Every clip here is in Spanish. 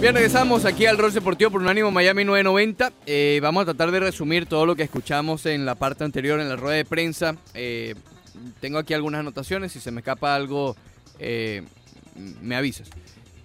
Bien, regresamos aquí al Rol Deportivo por Unánimo Miami 990. Eh, vamos a tratar de resumir todo lo que escuchamos en la parte anterior, en la rueda de prensa. Eh, tengo aquí algunas anotaciones. Si se me escapa algo, eh, me avisas.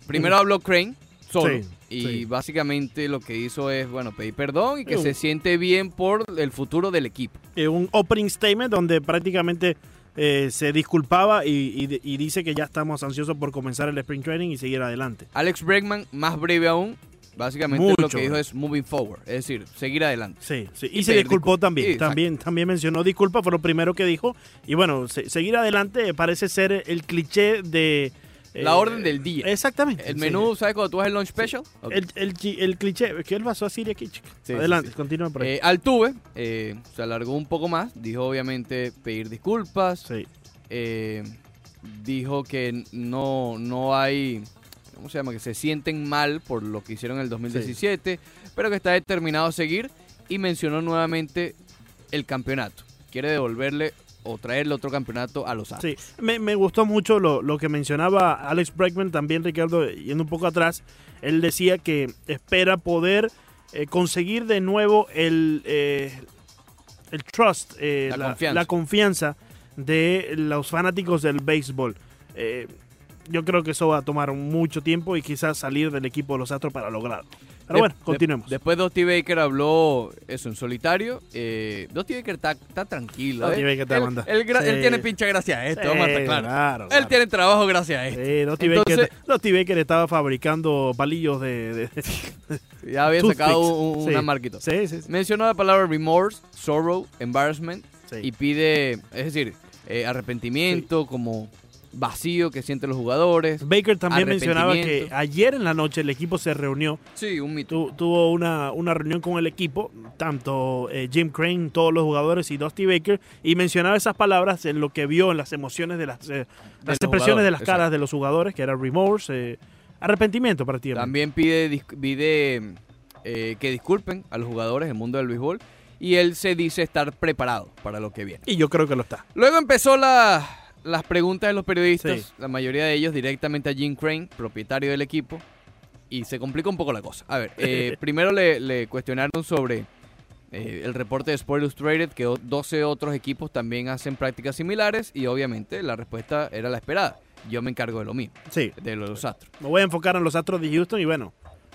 Primero habló Crane, solo. Sí, y sí. Eh, básicamente lo que hizo es, bueno, pedir perdón y que Sí. se siente bien por el futuro del equipo. Eh, un opening statement donde prácticamente eh, se disculpaba y, y- y dice que ya estamos ansiosos por comenzar el sprint training y seguir adelante. Alex Bregman, más breve aún, básicamente lo Mucho, que dijo bro. es moving forward, es decir, seguir adelante. Sí, sí. Y Y se pedir disculpó disculpas. también. Exacto. También también mencionó disculpas, fue lo primero que dijo. Y bueno, se- seguir adelante parece ser el cliché de... eh, La orden del día. Exactamente. El sí. menú, ¿sabes cuando tú vas el lunch special? Ok. El, el, chi- el cliché, es que él pasó a Siria aquí, chica. Sí, Adelante, sí, sí. continúa por ahí. Eh, Altuve eh, se alargó un poco más, dijo obviamente pedir disculpas, sí. eh, dijo que no, no hay, ¿cómo se llama? Que se sienten mal por lo que hicieron en el 2017, pero que está determinado a seguir y mencionó nuevamente el campeonato. Quiere devolverle o traerle otro campeonato a los Astros. Sí, me, me gustó mucho lo, lo que mencionaba Alex Bregman, también Ricardo, yendo un poco atrás, él decía que espera poder eh, conseguir de nuevo el, eh, el trust, eh, La confianza. confianza de los fanáticos del béisbol. Eh, yo creo que eso va a tomar mucho tiempo y quizás salir del equipo de los Astros para lograrlo. Pero De- bueno, de- continuemos. después Dusty Baker habló eso en solitario. Eh, Dusty Baker está, está tranquilo. Dusty eh. Baker te él, manda. él gra- él Sí. tiene pincha gracias a esto, Sí, vamos a estar claros. Él Eh, claro. tiene trabajo gracias a esto. Sí, Dusty Entonces- Baker, Dusty Baker estaba fabricando palillos de, de- de- Ya había sacado Toothpicks. un- Sí. una marquita. Sí, sí, sí. Mencionó la palabra remorse, sorrow, embarrassment Sí. y pide, es decir, eh, arrepentimiento como vacío que sienten los jugadores. Baker también mencionaba que Arrepentimiento. ayer en la noche el equipo se reunió, Sí, un mito. tu- tuvo una, una reunión con el equipo, tanto eh, Jim Crane, todos los jugadores y Dusty Baker, y mencionaba esas palabras en lo que vio en las emociones de las, eh, las los expresiones de las jugadores, caras de los jugadores, que era remorse, eh, arrepentimiento prácticamente. También pide, dis- pide eh, que disculpen a los jugadores del mundo del béisbol y él se dice estar preparado para lo que viene. Y yo creo que lo está. Luego empezó la- las preguntas de los periodistas, Sí. la mayoría de ellos directamente a Jim Crane, propietario del equipo, y se complica un poco la cosa. A ver, eh, primero le, le cuestionaron sobre eh, el reporte de Sport Illustrated, que o- 12 otros equipos también hacen prácticas similares, y obviamente la respuesta era la esperada. Yo me encargo de lo mío, Sí, de lo de los astros. me voy a enfocar en los Astros de Houston y bueno,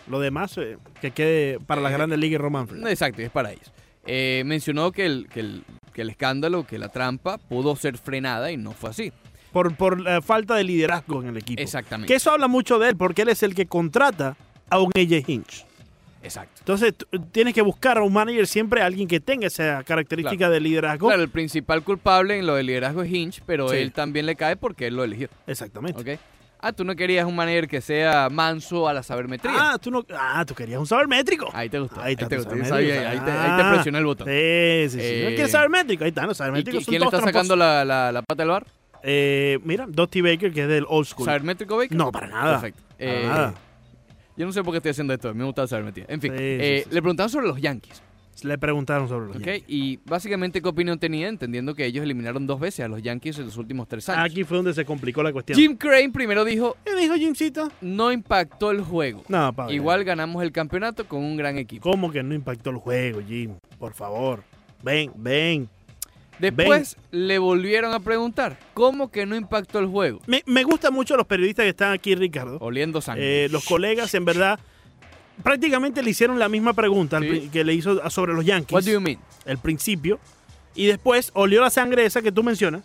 lo demás eh, que quede para las Eh, grandes ligas y Roman Flores. Exacto, es para ellos. Eh, mencionó que el, que, el, que el escándalo, que la trampa pudo ser frenada y no fue así. por, por la falta de liderazgo en el equipo. Exactamente. Que eso habla mucho de él, porque él es el que contrata a un AJ Hinch. Exacto. Entonces, tú- tienes que buscar a un manager siempre, alguien que tenga esa característica de liderazgo. Claro, el principal culpable en lo del liderazgo es Hinch, pero Sí. él también le cae porque él lo eligió. Exactamente. ¿ok? Ah, tú no querías un manager que sea manso a la sabermetría. Ah, tú no, ah, tú querías un saber métrico. ahí te gustó. Ahí está te tu gustó. Yo sabermétrico. sabía, ahí, te, ahí te Ah. presioné el botón. Sí, sí, sí. Eh, ¿No quieres saber métrico? Ahí está, ¿Y los saber qui- métricos son quién le todos está sacando tramposos. la, la- la pata del bar? Eh, mira, Dusty Baker, que es del old school. ¿Sabermétrico Baker? No, para nada. Perfecto. Para Eh, nada. Yo no sé por qué estoy haciendo esto. Me gusta la sabermetría. En fin, Sí, sí, eh, sí, le preguntaron sobre los Yankees. Le preguntaron sobre los ¿ok? Yankees. Y básicamente, ¿qué opinión tenía? Entendiendo que ellos eliminaron dos veces a los Yankees en los últimos tres años. Aquí fue donde se complicó la cuestión. Jim Crane primero dijo: ¿Qué dijo Jimcito? No impactó el juego. No, Pablo. Igual ganamos el campeonato con un gran equipo. ¿Cómo que no impactó el juego, Jim? Por favor. Ven, ven. Después le volvieron a preguntar, ¿cómo que no impactó el juego? Me, me gustan mucho los periodistas que están aquí, Ricardo. Oliendo sangre. Eh, los colegas, en verdad, prácticamente le hicieron la misma pregunta al Sí. pri- que le hizo a- sobre los Yankees. What do you mean? El principio. Y después olió la sangre esa que tú mencionas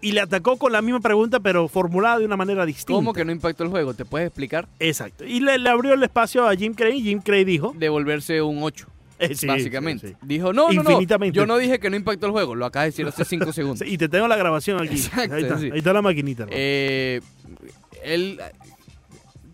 y le atacó con la misma pregunta, pero formulada de una manera distinta. ¿Cómo que no impactó el juego? ¿Te puedes explicar? Exacto. Y le, le abrió el espacio a Jim Cray y Jim Cray dijo... Devolverse un 8, eh, sí, básicamente. sí, Dijo, no, no, no. Infinitamente. Yo no dije que no impactó el juego, lo acabas de decir hace 5 sí. segundos. Y te tengo la grabación aquí. Exacto, ahí, está, sí. ahí está la maquinita. hermano. Eh, él eh,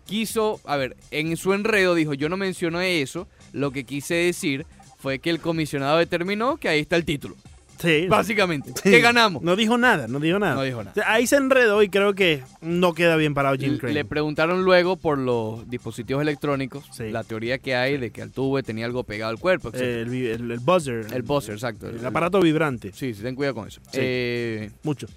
quiso, a ver, en su enredo dijo, yo no mencioné eso, lo que quise decir fue que el comisionado determinó que ahí está el título. sí, Básicamente, Sí. que ganamos. No dijo nada, no dijo nada. No dijo nada. O sea, ahí se enredó y creo que no queda bien parado Jim Crane. Le preguntaron luego por los dispositivos electrónicos, Sí. la teoría que hay de que Altuve tenía algo pegado al cuerpo, etc. Eh, el, vi- Eh, el- el buzzer. el buzzer, exacto. El aparato vibrante. Sí, sí, ten cuidado con eso. Sí. Eh, Mucho.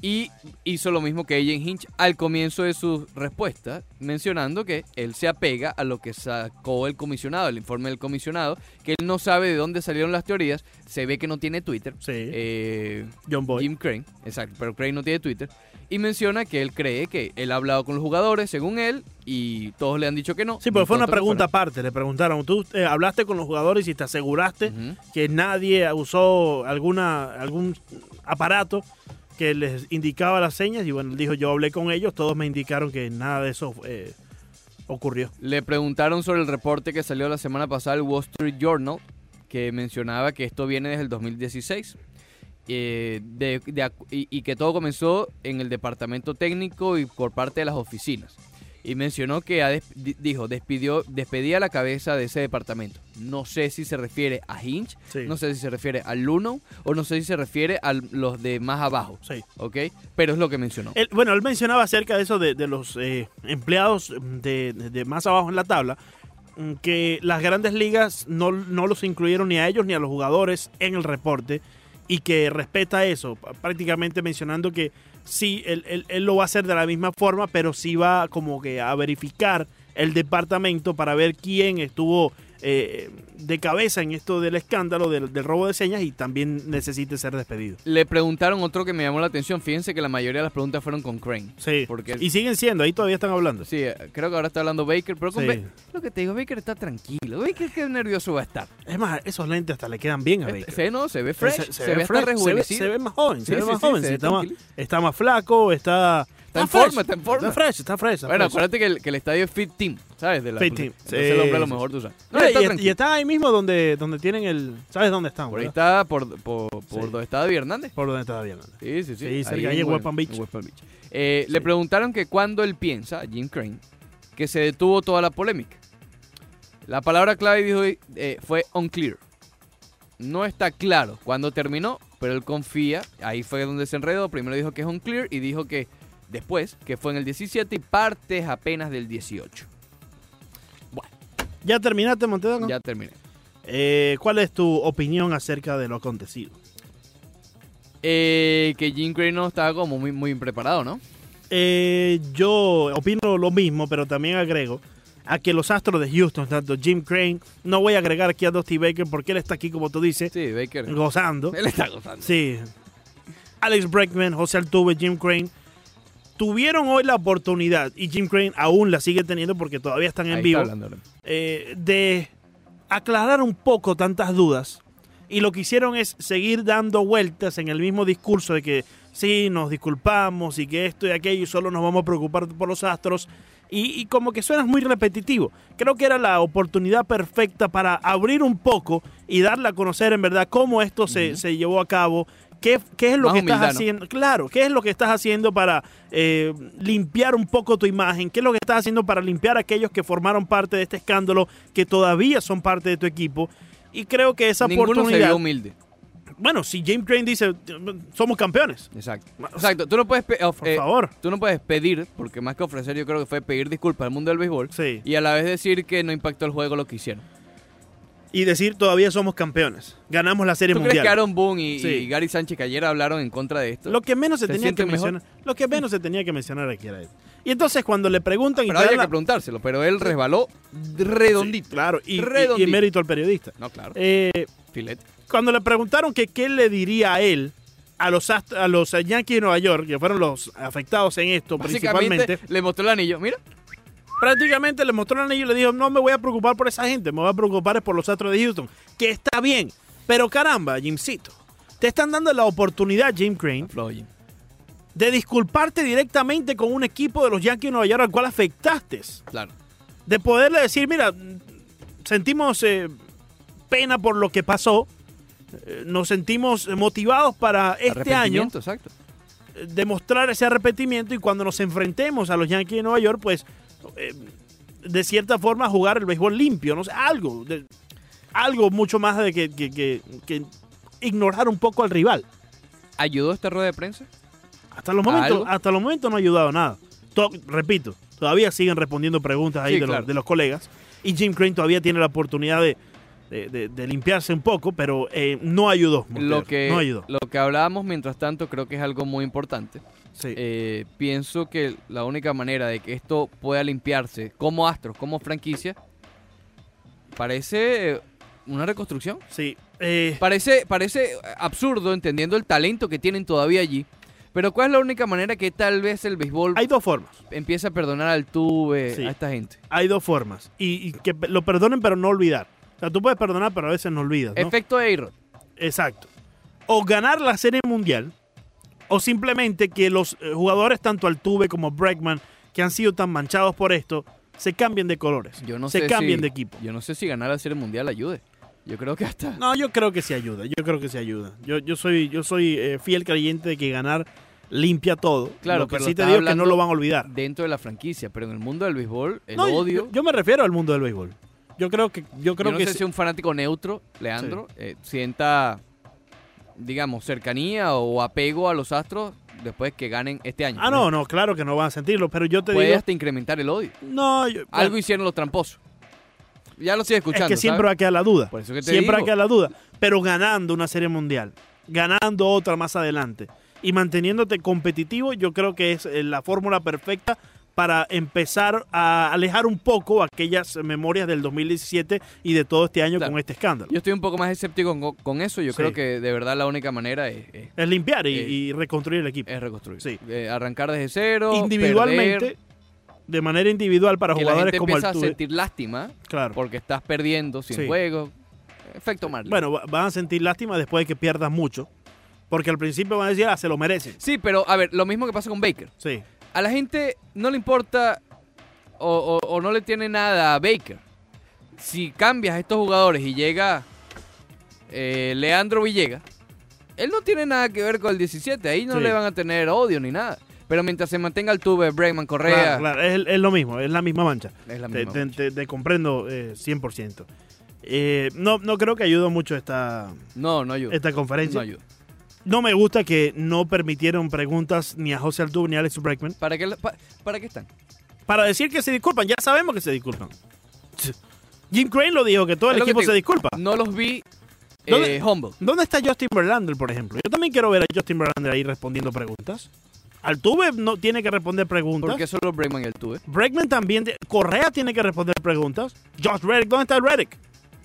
Y hizo lo mismo que Aiden Hinch al comienzo de su respuesta, mencionando que él se apega a lo que sacó el comisionado, el informe del comisionado, que él no sabe de dónde salieron las teorías, se ve que no tiene Twitter. Sí. Eh, John Boy. Jim Crane, exacto, pero Crane no tiene Twitter. Y menciona que él cree que él ha hablado con los jugadores, según él, y todos le han dicho que no. Sí, porque fue una Entonces, pregunta aparte. Le preguntaron, ¿tú eh, hablaste con los jugadores y te aseguraste fueron- Ujú. que nadie usó alguna algún aparato que les indicaba las señas? Y bueno, él dijo, yo hablé con ellos, todos me indicaron que nada de eso eh, ocurrió. Le preguntaron sobre el reporte que salió la semana pasada el Wall Street Journal, que mencionaba que esto viene desde el 2016. eh, de- de acu- y, y que todo comenzó en el departamento técnico y por parte de las oficinas. Y mencionó que ha des- di- dijo, despidió, despedía la cabeza de ese departamento. No sé si se refiere a Hinch Sí. No sé si se refiere al Luno o no sé si se refiere a los de más abajo, Sí. ¿ok? Pero es lo que mencionó. Él- bueno, él mencionaba acerca de eso de, de los eh, empleados mm, de, de- de más abajo en la tabla, mm, que las grandes ligas no, no los incluyeron ni a ellos ni a los jugadores en el reporte y que respeta eso, p- prácticamente mencionando que sí, él, él- él lo va a hacer de la misma forma, pero sí va como que a verificar el departamento para ver quién estuvo eh, de cabeza en esto del escándalo del, del robo de señas y también necesite ser despedido. Le preguntaron otro que me llamó la atención. Fíjense que la mayoría de las preguntas fueron con Crane. Sí, Porque- y siguen siendo, ahí todavía están hablando. Sí, eh, creo que ahora está hablando Baker, pero con Sí. Ba- lo que te digo, Baker está tranquilo. Baker qué nervioso va a estar. Es más, esos lentes hasta le quedan bien a Baker. Este, Eh, Se, no, se ve fresh, se, ve, hasta fresh, rejuvenecido. Se ve, se ve más joven, Sí, se ve sí, más sí, joven. se sí, ve está, más, tranquilo. está más flaco, está... Está en fresh, forma, está en forma. Está fresh, está fresh. está bueno, fresh. acuérdate que el, que el estadio es Fit Team, ¿sabes? De la Fit Team, Entonces el hombre a lo sí, mejor tú sabes. No, Mira, está y, tranquilo. y está ahí mismo donde, donde tienen el... ¿Sabes dónde están? por ahí verdad? está, por, por, por Sí. donde está David Hernández. Por donde está bien. Sí, sí, sí. Sí, cerca, en ahí en Wel- West Palm Beach. en West Palm Beach. Eh, Le Sí. preguntaron que cuándo él piensa, Jim Crane, que se detuvo toda la polémica. La palabra clave dijo, eh, fue unclear. No está claro cuándo terminó, pero él confía. Ahí fue donde se enredó. Primero dijo que es unclear y dijo que después, que fue en el 17 y partes apenas del 18. ¿Ya terminaste, Montedano? Ya terminé. Eh, ¿Cuál es tu opinión acerca de lo acontecido? Eh, que Jim Crane no estaba como muy, muy preparado, ¿no? Eh, yo opino lo mismo, pero también agrego a que los astros de Houston, tanto Jim Crane, no voy a agregar aquí a Dusty Baker porque él está aquí, como tú dices, Sí, Baker. gozando. Él está gozando. Sí. Alex Bregman, José Altuve, Jim Crane. Tuvieron hoy la oportunidad, y Jim Crane aún la sigue teniendo porque todavía están en Ahí vivo, está hablando. eh, de aclarar un poco tantas dudas. Y lo que hicieron es seguir dando vueltas en el mismo discurso de que sí, nos disculpamos y que esto y aquello y solo nos vamos a preocupar por los astros. Y, y como que suena muy repetitivo. Creo que era la oportunidad perfecta para abrir un poco y darle a conocer en verdad cómo esto se, Ujú. se llevó a cabo. ¿Qué, qué es lo Más que humildad, estás ¿no? haciendo? Claro, ¿qué es lo que estás haciendo para eh, limpiar un poco tu imagen? ¿Qué es lo que estás haciendo para limpiar a aquellos que formaron parte de este escándalo, que todavía son parte de tu equipo? Y creo que esa Ninguno se oportunidad. vio humilde. Bueno, si James Crane dice, somos campeones. Exacto. Exacto. Tú no puedes, pe- of- Por eh, favor. tú no puedes pedir, porque más que ofrecer, yo creo que fue pedir disculpas al mundo del béisbol Sí. y a la vez decir que no impactó el juego lo que hicieron. Y decir, todavía somos campeones. Ganamos la ¿Tú Serie crees Mundial. que Aaron Boone y, Sí. y Gary Sánchez que ayer hablaron en contra de esto? Lo que menos se, ¿Se tenía que sienten mejor? mencionar. Lo que menos se tenía que mencionar aquí era él. Y entonces cuando le preguntan y pero había tal, la- que preguntárselo, pero él resbaló Sí, redondito. claro, y, y- y Redondito. mérito al periodista. No, claro. Eh, Filete. cuando le preguntaron que qué le diría a él, a los ast- a los Yankees de Nueva York, que fueron los afectados en esto Básicamente principalmente, le mostró el anillo. Mira, prácticamente le mostró el anillo y le dijo, no me voy a preocupar por esa gente, me voy a preocupar es por los Astros de Houston, que está bien. Pero caramba, Jimcito, te están dando la oportunidad, Jim Crane, Floyd Jim. de disculparte directamente con un equipo de los Yankees de Nueva York al cual afectaste. Claro. De poderle decir, mira, sentimos eh, pena por lo que pasó, eh, nos sentimos motivados para este año Arrepentimiento, Exacto. eh, demostrar ese arrepentimiento y cuando nos enfrentemos a los Yankees de Nueva York, pues eh, de cierta forma jugar el béisbol limpio, no sé, algo, de- algo mucho más de que, que- que- que ignorar un poco al rival. ¿Ayudó esta rueda de prensa? Hasta los momentos, ¿Algo? hasta los momentos no ha ayudado nada. To- repito, todavía siguen respondiendo preguntas ahí Sí, de, claro. los, de los colegas. Y Jim Crane todavía tiene la oportunidad de de, de- de limpiarse un poco, pero eh, no ayudó. Lo Montero, que, no ayudó. lo que hablábamos mientras tanto creo que es algo muy importante. Sí. Eh, pienso que la única manera de que esto pueda limpiarse como Astros, como franquicia, parece eh, una reconstrucción. sí. Eh, Parece, parece absurdo entendiendo el talento que tienen todavía allí. Pero ¿cuál es la única manera que tal vez el béisbol hay dos formas. empiece a perdonar al Tuve, Sí. a esta gente? Hay dos formas. Y, y que pe- lo perdonen, pero no olvidar. O sea, tú puedes perdonar, pero a veces no olvidas. ¿no? Efecto Ayrod. Exacto. O ganar la Serie Mundial, o simplemente que los eh, jugadores, tanto Altuve como Bregman, que han sido tan manchados por esto, se cambien de colores. Yo no se sé cambien si- de equipo. Yo no sé si ganar la Serie Mundial ayude. Yo creo que hasta... No, yo creo que sí ayuda. Yo creo que sí ayuda. Yo, yo soy, yo soy eh, fiel creyente de que ganar limpia todo. Claro, Lo que pero sí te estás digo que hablando no lo van a olvidar. dentro de la franquicia, pero en el mundo del béisbol, el No, yo- odio. Yo, me refiero al mundo del béisbol. Yo creo que, yo creo Yo no que sé sí. si un fanático neutro, Leandro, eh, sienta, digamos, cercanía o apego a los astros después que ganen este año. Ah, Por no, ejemplo. no, claro que no van a sentirlo, pero yo te Puede digo. hasta incrementar el odio. No, yo- Pues, Algo hicieron los tramposos. Ya lo sigue escuchando. Es que siempre ¿sabes? va a quedar la duda. Por eso que te Siempre va a digo. quedar la duda. Pero ganando una serie mundial, ganando otra más adelante y manteniéndote competitivo, yo creo que es eh, la fórmula perfecta para empezar a alejar un poco aquellas memorias del 2017 y de todo este año Claro. con este escándalo. Yo estoy un poco más escéptico con, con eso. Yo Sí. creo que de verdad la única manera es, es- Es limpiar y, Eh, y reconstruir el equipo. es reconstruir. Sí. Eh, arrancar desde cero. Individualmente, perder, de manera individual para que la jugadores gente como empieza a Altuve. sentir lástima Claro. porque estás perdiendo sin Sí. juego. Efecto Marley. Bueno, va- van a sentir lástima después de que pierdas mucho. Porque al principio van a decir, ah, se lo merecen. Sí, pero a ver, lo mismo que pasa con Baker. Sí, A la gente no le importa o, o- o no le tiene nada a Baker. Si cambias a estos jugadores y llega eh, Leandro Villegas, él no tiene nada que ver con el 17. Ahí no Sí. le van a tener odio ni nada. Pero mientras se mantenga el tuve, Bregman, Correa, claro, claro, Es, es lo mismo, es la misma mancha. es la Te, misma. te- te- te comprendo eh, 100%. Eh, no, no creo que ayude mucho esta, No, no ayuda. esta No conferencia. No, ayuda. me gusta que no permitieron preguntas ni a José Altuve ni a Alex Breckman. ¿Para qué, la- pa- ¿Para qué están? Para decir que se disculpan, ya sabemos que se disculpan. Jim Crane lo dijo, que todo el Es lo que equipo te se digo. disculpa. No los vi eh, ¿Dónde- humble. ¿Dónde está Justin Verlander, por ejemplo? Yo también quiero ver a Justin Verlander ahí respondiendo preguntas. Altuve no tiene que responder preguntas. Porque solo Bregman y el tuve. Bregman también. te- Correa tiene que responder preguntas. Josh Reddick, ¿dónde está Reddick?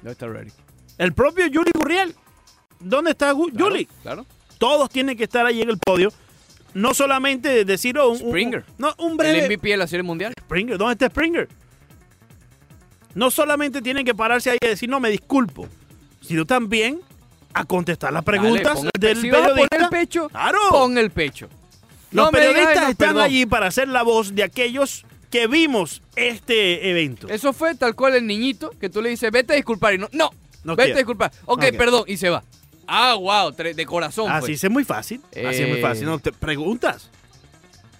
No está ready. El propio Yuli Gurriel. ¿Dónde está Gu- Claro, Yuli? Claro. Todos tienen que estar ahí en el podio. No solamente decir oh, un, un- Springer. no, un El breve. MVP de la Serie Mundial. Springer, ¿dónde está Springer? No solamente tienen que pararse ahí y decir no me disculpo, sino también a contestar las preguntas Dale, pon el pe- del si vas a poner el periodista. pecho, Claro. pon el pecho. Los No me digas, periodistas "Ay, no, están perdón". allí para hacer la voz de aquellos que vimos este evento. Eso fue tal cual el niñito que tú le dices, vete a disculpar. Y no, no, No Ah, vete quiero. a disculpar. Ok, quiero. perdón, y se va. Ah, wow, tre- de corazón. fue. Así es muy fácil. Así es muy Eh. fácil. No, te preguntas.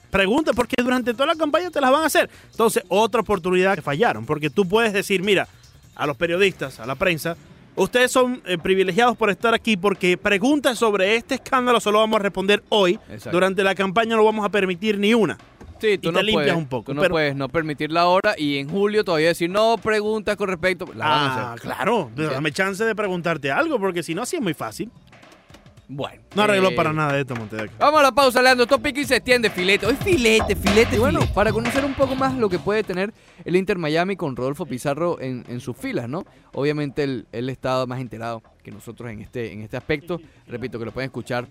Preguntas porque durante toda la campaña te las van a hacer. Entonces, otra oportunidad que fallaron. Porque tú puedes decir, mira, a los periodistas, a la prensa, ustedes son eh, privilegiados por estar aquí porque preguntas sobre este escándalo solo vamos a responder hoy. Exacto. Durante la campaña no vamos a permitir ni una. Sí, tú y no te limpias puedes, un poco, Tú no pero- puedes no permitir la hora y en julio todavía decir, no preguntas con respecto. La van a Ah, hacer. claro. Ya. Dame chance de preguntarte algo porque si no, así es muy fácil. Bueno. No arregló eh, para nada esto, Montedeca. Vamos a la pausa, Leandro. Esto pica y se extiende, filete. Hoy filete, filete. bueno, para conocer un poco más lo que puede tener el Inter Miami con Rodolfo Pizarro en, en sus filas, ¿no? Obviamente él, él está más enterado que nosotros en este, en este aspecto. Repito que lo pueden escuchar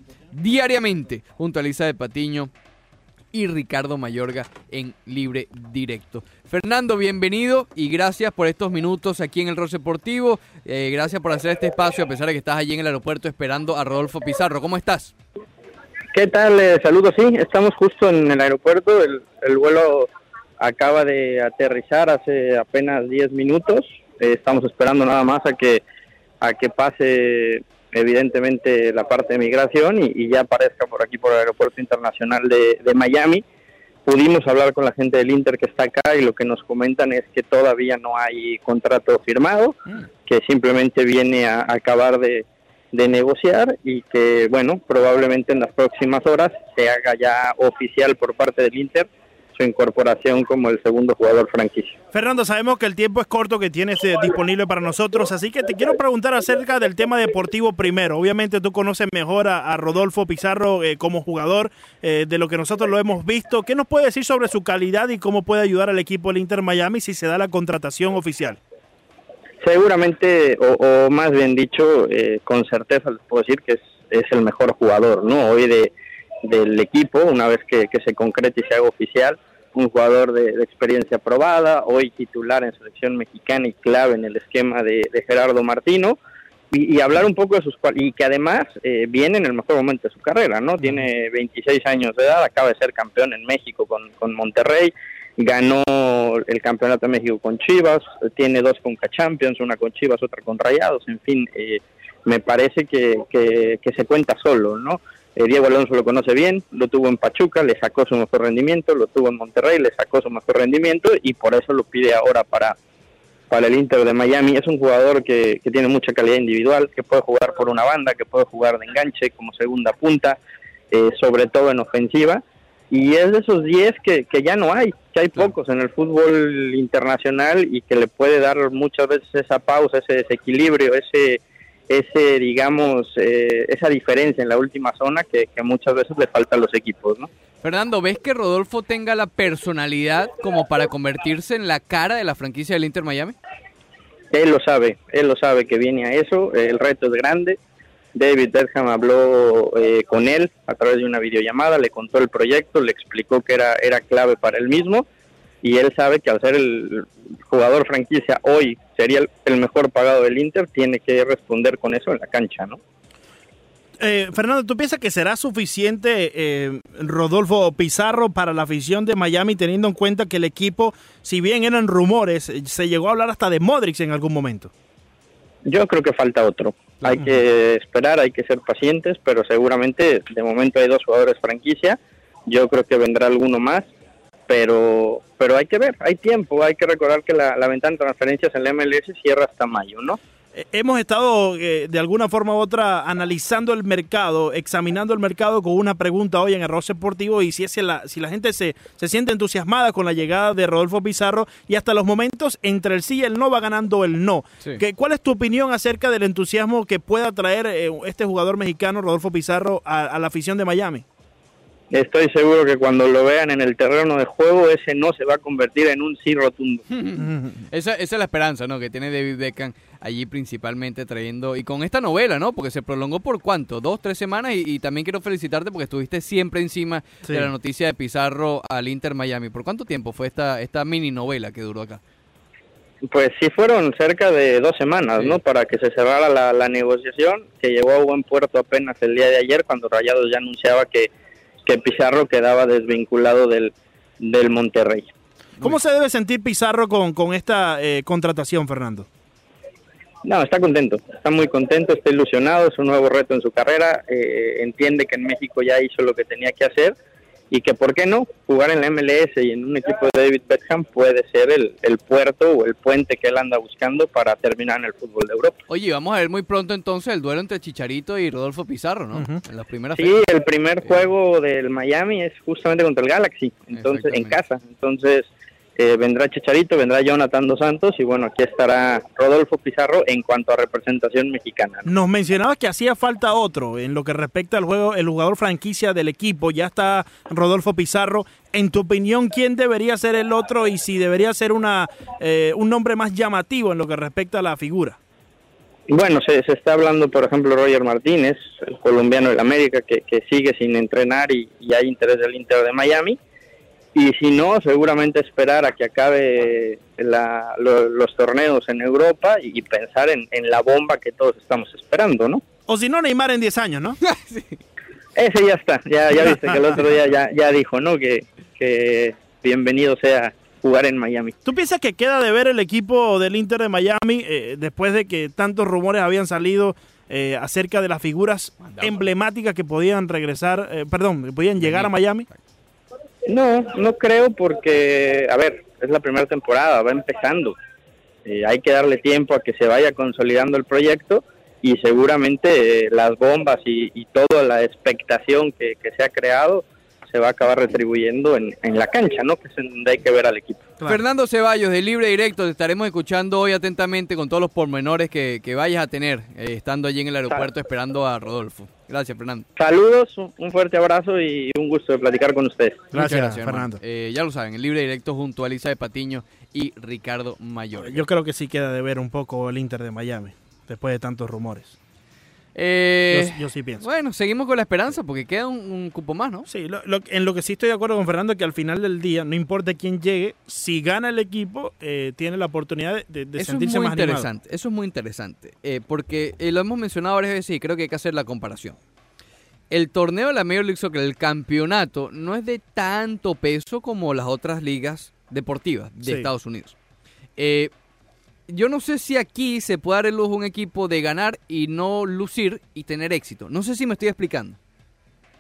diariamente junto a Elisa de Patiño y Ricardo Mayorga en Libre Directo. Fernando, bienvenido y gracias por estos minutos aquí en el Rol Deportivo. Eh, gracias por hacer este espacio a pesar de que estás allí en el aeropuerto esperando a Rodolfo Pizarro. ¿Cómo estás? ¿Qué tal? Eh, saludos, sí, estamos justo en el aeropuerto, el, el vuelo acaba de aterrizar hace apenas 10 minutos, Eh, estamos esperando nada más a que, a que pase evidentemente la parte de migración y, y ya aparezca por aquí, por el aeropuerto internacional de, de Miami. Pudimos hablar con la gente del Inter que está acá y lo que nos comentan es que todavía no hay contrato firmado, que simplemente viene a acabar de, de negociar y que, bueno, probablemente en las próximas horas se haga ya oficial por parte del Inter su incorporación como el segundo jugador franquicia. Fernando, sabemos que el tiempo es corto que tienes eh, disponible para nosotros, así que te quiero preguntar acerca del tema deportivo primero. Obviamente tú conoces mejor a, a Rodolfo Pizarro eh, como jugador eh, de lo que nosotros lo hemos visto. ¿Qué nos puede decir sobre su calidad y cómo puede ayudar al equipo del Inter Miami si se da la contratación oficial? Seguramente, o, o más bien dicho, eh, con certeza les puedo decir que es, es el mejor jugador, ¿no? Hoy de, del equipo una vez que, que, se concrete y se haga oficial. Un jugador de, de, experiencia probada, hoy titular en selección mexicana y clave en el esquema de, de Gerardo Martino. Y, y, hablar un poco de sus y que además eh, viene en el mejor momento de su carrera, ¿no? Tiene 26 años de edad, acaba de ser campeón en México con, con Monterrey, ganó el campeonato de México con Chivas, tiene dos Conca Champions, una con Chivas, otra con Rayados, en fin, eh, me parece que, que, que se cuenta solo, ¿no? Eh, Diego Alonso lo conoce bien, lo tuvo en Pachuca, le sacó su mejor rendimiento, lo tuvo en Monterrey, le sacó su mejor rendimiento y por eso lo pide ahora para, para el Inter de Miami. Es un jugador que, que tiene mucha calidad individual, que puede jugar por una banda, que puede jugar de enganche como segunda punta, eh, sobre todo en ofensiva. Y es de esos 10 que, que ya no hay, que hay pocos en el fútbol internacional y que le puede dar muchas veces esa pausa, ese desequilibrio, ese ese digamos eh, esa diferencia en la última zona que, que muchas veces le falta a los equipos no Fernando ves que Rodolfo tenga la personalidad como para convertirse en la cara de la franquicia del Inter Miami él lo sabe él lo sabe que viene a eso el reto es grande David Beckham habló eh, con él a través de una videollamada le contó el proyecto le explicó que era era clave para él mismo y él sabe que al ser el jugador franquicia hoy sería el, el, mejor pagado del Inter, tiene que responder con eso en la cancha, ¿no? Eh, Fernando, ¿tú piensas que será suficiente eh, Rodolfo Pizarro para la afición de Miami, teniendo en cuenta que el equipo, si bien eran rumores, eh, se llegó a hablar hasta de Modric en algún momento? Yo creo que falta otro. Hay uh -huh. que esperar, hay que ser pacientes, pero seguramente de momento hay dos jugadores franquicia. Yo creo que vendrá alguno más pero pero hay que ver, hay tiempo, hay que recordar que la, la, ventana de transferencias en la MLS cierra hasta mayo, ¿no? Hemos estado eh, de alguna forma u otra analizando el mercado, examinando el mercado con una pregunta hoy en Arroz Deportivo y si, es la, si la gente se, se siente entusiasmada con la llegada de Rodolfo Pizarro y hasta los momentos entre el sí y el no va ganando el no. Sí. ¿Qué, ¿Cuál es tu opinión acerca del entusiasmo que pueda traer eh, este jugador mexicano, Rodolfo Pizarro, a, a la afición de Miami? estoy seguro que cuando lo vean en el terreno de juego, ese no se va a convertir en un sí rotundo. esa, esa, es la esperanza, ¿no? Que tiene David Beckham allí principalmente trayendo, y con esta novela, ¿no? Porque se prolongó por cuánto, dos, tres semanas, y, y también quiero felicitarte porque estuviste siempre encima sí. de la noticia de Pizarro al Inter Miami. ¿Por cuánto tiempo fue esta, esta mini novela que duró acá? Pues sí fueron cerca de dos semanas, sí. ¿no? Para que se cerrara la, la negociación, que llegó a buen puerto apenas el día de ayer, cuando Rayados ya anunciaba que que Pizarro quedaba desvinculado del, del Monterrey. ¿Cómo se debe sentir Pizarro con, con esta eh, contratación, Fernando? No, está contento, está muy contento, está ilusionado, es un nuevo reto en su carrera, eh, entiende que en México ya hizo lo que tenía que hacer y que, ¿por qué no? Jugar en la MLS y en un equipo de David Beckham puede ser el, el puerto o el puente que él anda buscando para terminar en el fútbol de Europa. Oye, vamos a ver muy pronto entonces el duelo entre Chicharito y Rodolfo Pizarro, ¿no? Uh -huh. En las primeras Sí, fechas. el primer eh. juego del Miami es justamente contra el Galaxy, entonces en casa. Entonces eh, vendrá Chicharito, vendrá Jonathan Dos Santos y bueno, aquí estará Rodolfo Pizarro en cuanto a representación mexicana. ¿no? Nos mencionabas que hacía falta otro en lo que respecta al juego, el jugador franquicia del equipo, ya está Rodolfo Pizarro. En tu opinión, ¿quién debería ser el otro y si debería ser una, eh, un nombre más llamativo en lo que respecta a la figura? Bueno, se, se está hablando, por ejemplo, Roger Martínez, el colombiano del América, que, que sigue sin entrenar y, y hay interés del Inter de Miami y si no, seguramente esperar a que acabe la, lo, los torneos en Europa y, y pensar en, en, la bomba que todos estamos esperando, ¿no? O si no, Neymar en 10 años, ¿no? sí. Ese ya está, ya, ya viste que el otro día ya, ya dijo, ¿no? Que, que bienvenido sea jugar en Miami. ¿Tú piensas que queda de ver el equipo del Inter de Miami eh, después de que tantos rumores habían salido eh, acerca de las figuras emblemáticas que podían regresar, eh, perdón, que podían llegar a Miami? No, no creo porque, a ver, es la primera temporada, va empezando. Eh, hay que darle tiempo a que se vaya consolidando el proyecto y seguramente eh, las bombas y, y, toda la expectación que, que, se ha creado se va a acabar retribuyendo en, en la cancha, ¿no? Que es en donde hay que ver al equipo. Claro. Fernando Ceballos, de Libre Directo, te estaremos escuchando hoy atentamente con todos los pormenores que, que vayas a tener eh, estando allí en el aeropuerto esperando a Rodolfo. Gracias, Fernando. Saludos, un- un fuerte abrazo y un gusto de platicar con ustedes. Muchas Gracias, hermano. Fernando. Eh, ya lo saben, el Libre Directo junto a Elisa de Patiño y Ricardo Mayor. Yo creo que sí queda de ver un poco el Inter de Miami, después de tantos rumores. Eh, yo, yo sí pienso. bueno, seguimos con la esperanza porque queda un, un cupo más, ¿no? Sí, lo- lo- en lo que sí estoy de acuerdo con Fernando es que al final del día, no importa quién llegue, si gana el equipo, eh, tiene la oportunidad de, de- de Eso es sentirse muy más animado. interesante, eso es muy interesante, eh, porque eh, lo hemos mencionado varias veces y creo que hay que hacer la comparación. El torneo de la Major League Soccer, el campeonato, no es de tanto peso como las otras ligas deportivas de Sí. Estados Unidos. Eh, yo no sé si aquí se puede dar el lujo a un equipo de ganar y no lucir y tener éxito. No sé si me estoy explicando.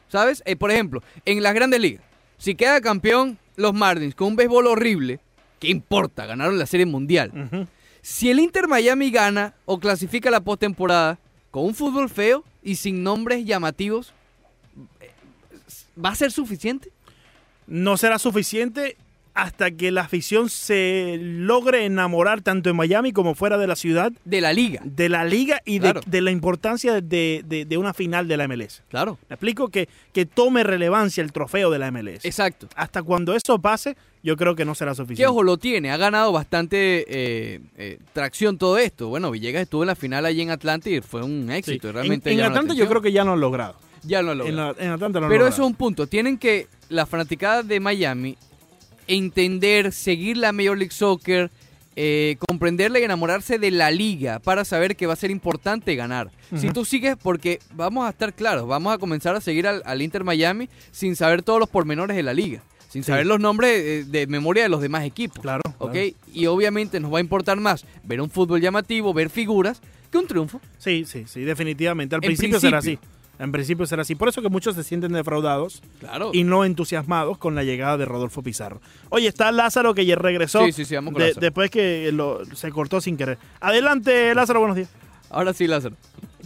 ¿Sabes? Eh, por ejemplo, en las grandes ligas, si queda campeón los Martins con un béisbol horrible, ¿qué importa? Ganaron la Serie Mundial. Ujú. Si el Inter Miami gana o clasifica la postemporada con un fútbol feo y sin nombres llamativos, eh, ¿va a ser suficiente? No será suficiente hasta que la afición se logre enamorar tanto en Miami como fuera de la ciudad De la liga, de la liga y de, Claro. de la importancia de, de- de una final de la MLS. claro. Me explico que, que tome relevancia el trofeo de la MLS. Exacto. Hasta cuando eso pase, yo creo que no será Que suficiente. ojo, lo tiene, ha ganado bastante eh, eh, tracción todo esto. Bueno, Villegas estuvo en la final allí en Atlanta y fue un Sí. éxito. En- Realmente en llamó la Atlanta yo creo atención. que ya no han logrado. ya lo ha logrado. En, la- en Atlanta lo han Pero logrado. eso es un punto. Tienen que las fanaticadas de Miami entender, seguir la Major League Soccer, eh, comprenderla y enamorarse de la liga para saber que va a ser importante ganar. Si Ujú. tú sigues, porque vamos a estar claros, vamos a comenzar a seguir al, al Inter Miami sin saber todos los pormenores de la liga, sin Sí. saber los nombres eh, de, memoria de los demás equipos. Claro. ¿ok? claro. Y obviamente nos va a importar más ver un fútbol llamativo, ver figuras, que un triunfo. Sí, sí, sí, definitivamente. Al En principio, será así. principio. En principio será así. Por eso que muchos se sienten defraudados Claro. y no entusiasmados con la llegada de Rodolfo Pizarro. Oye, está Lázaro que ya regresó. Sí, sí, sí, vamos con de- Lázaro. Después que lo- se cortó sin querer. Adelante, Lázaro, buenos días. Ahora sí, Lázaro.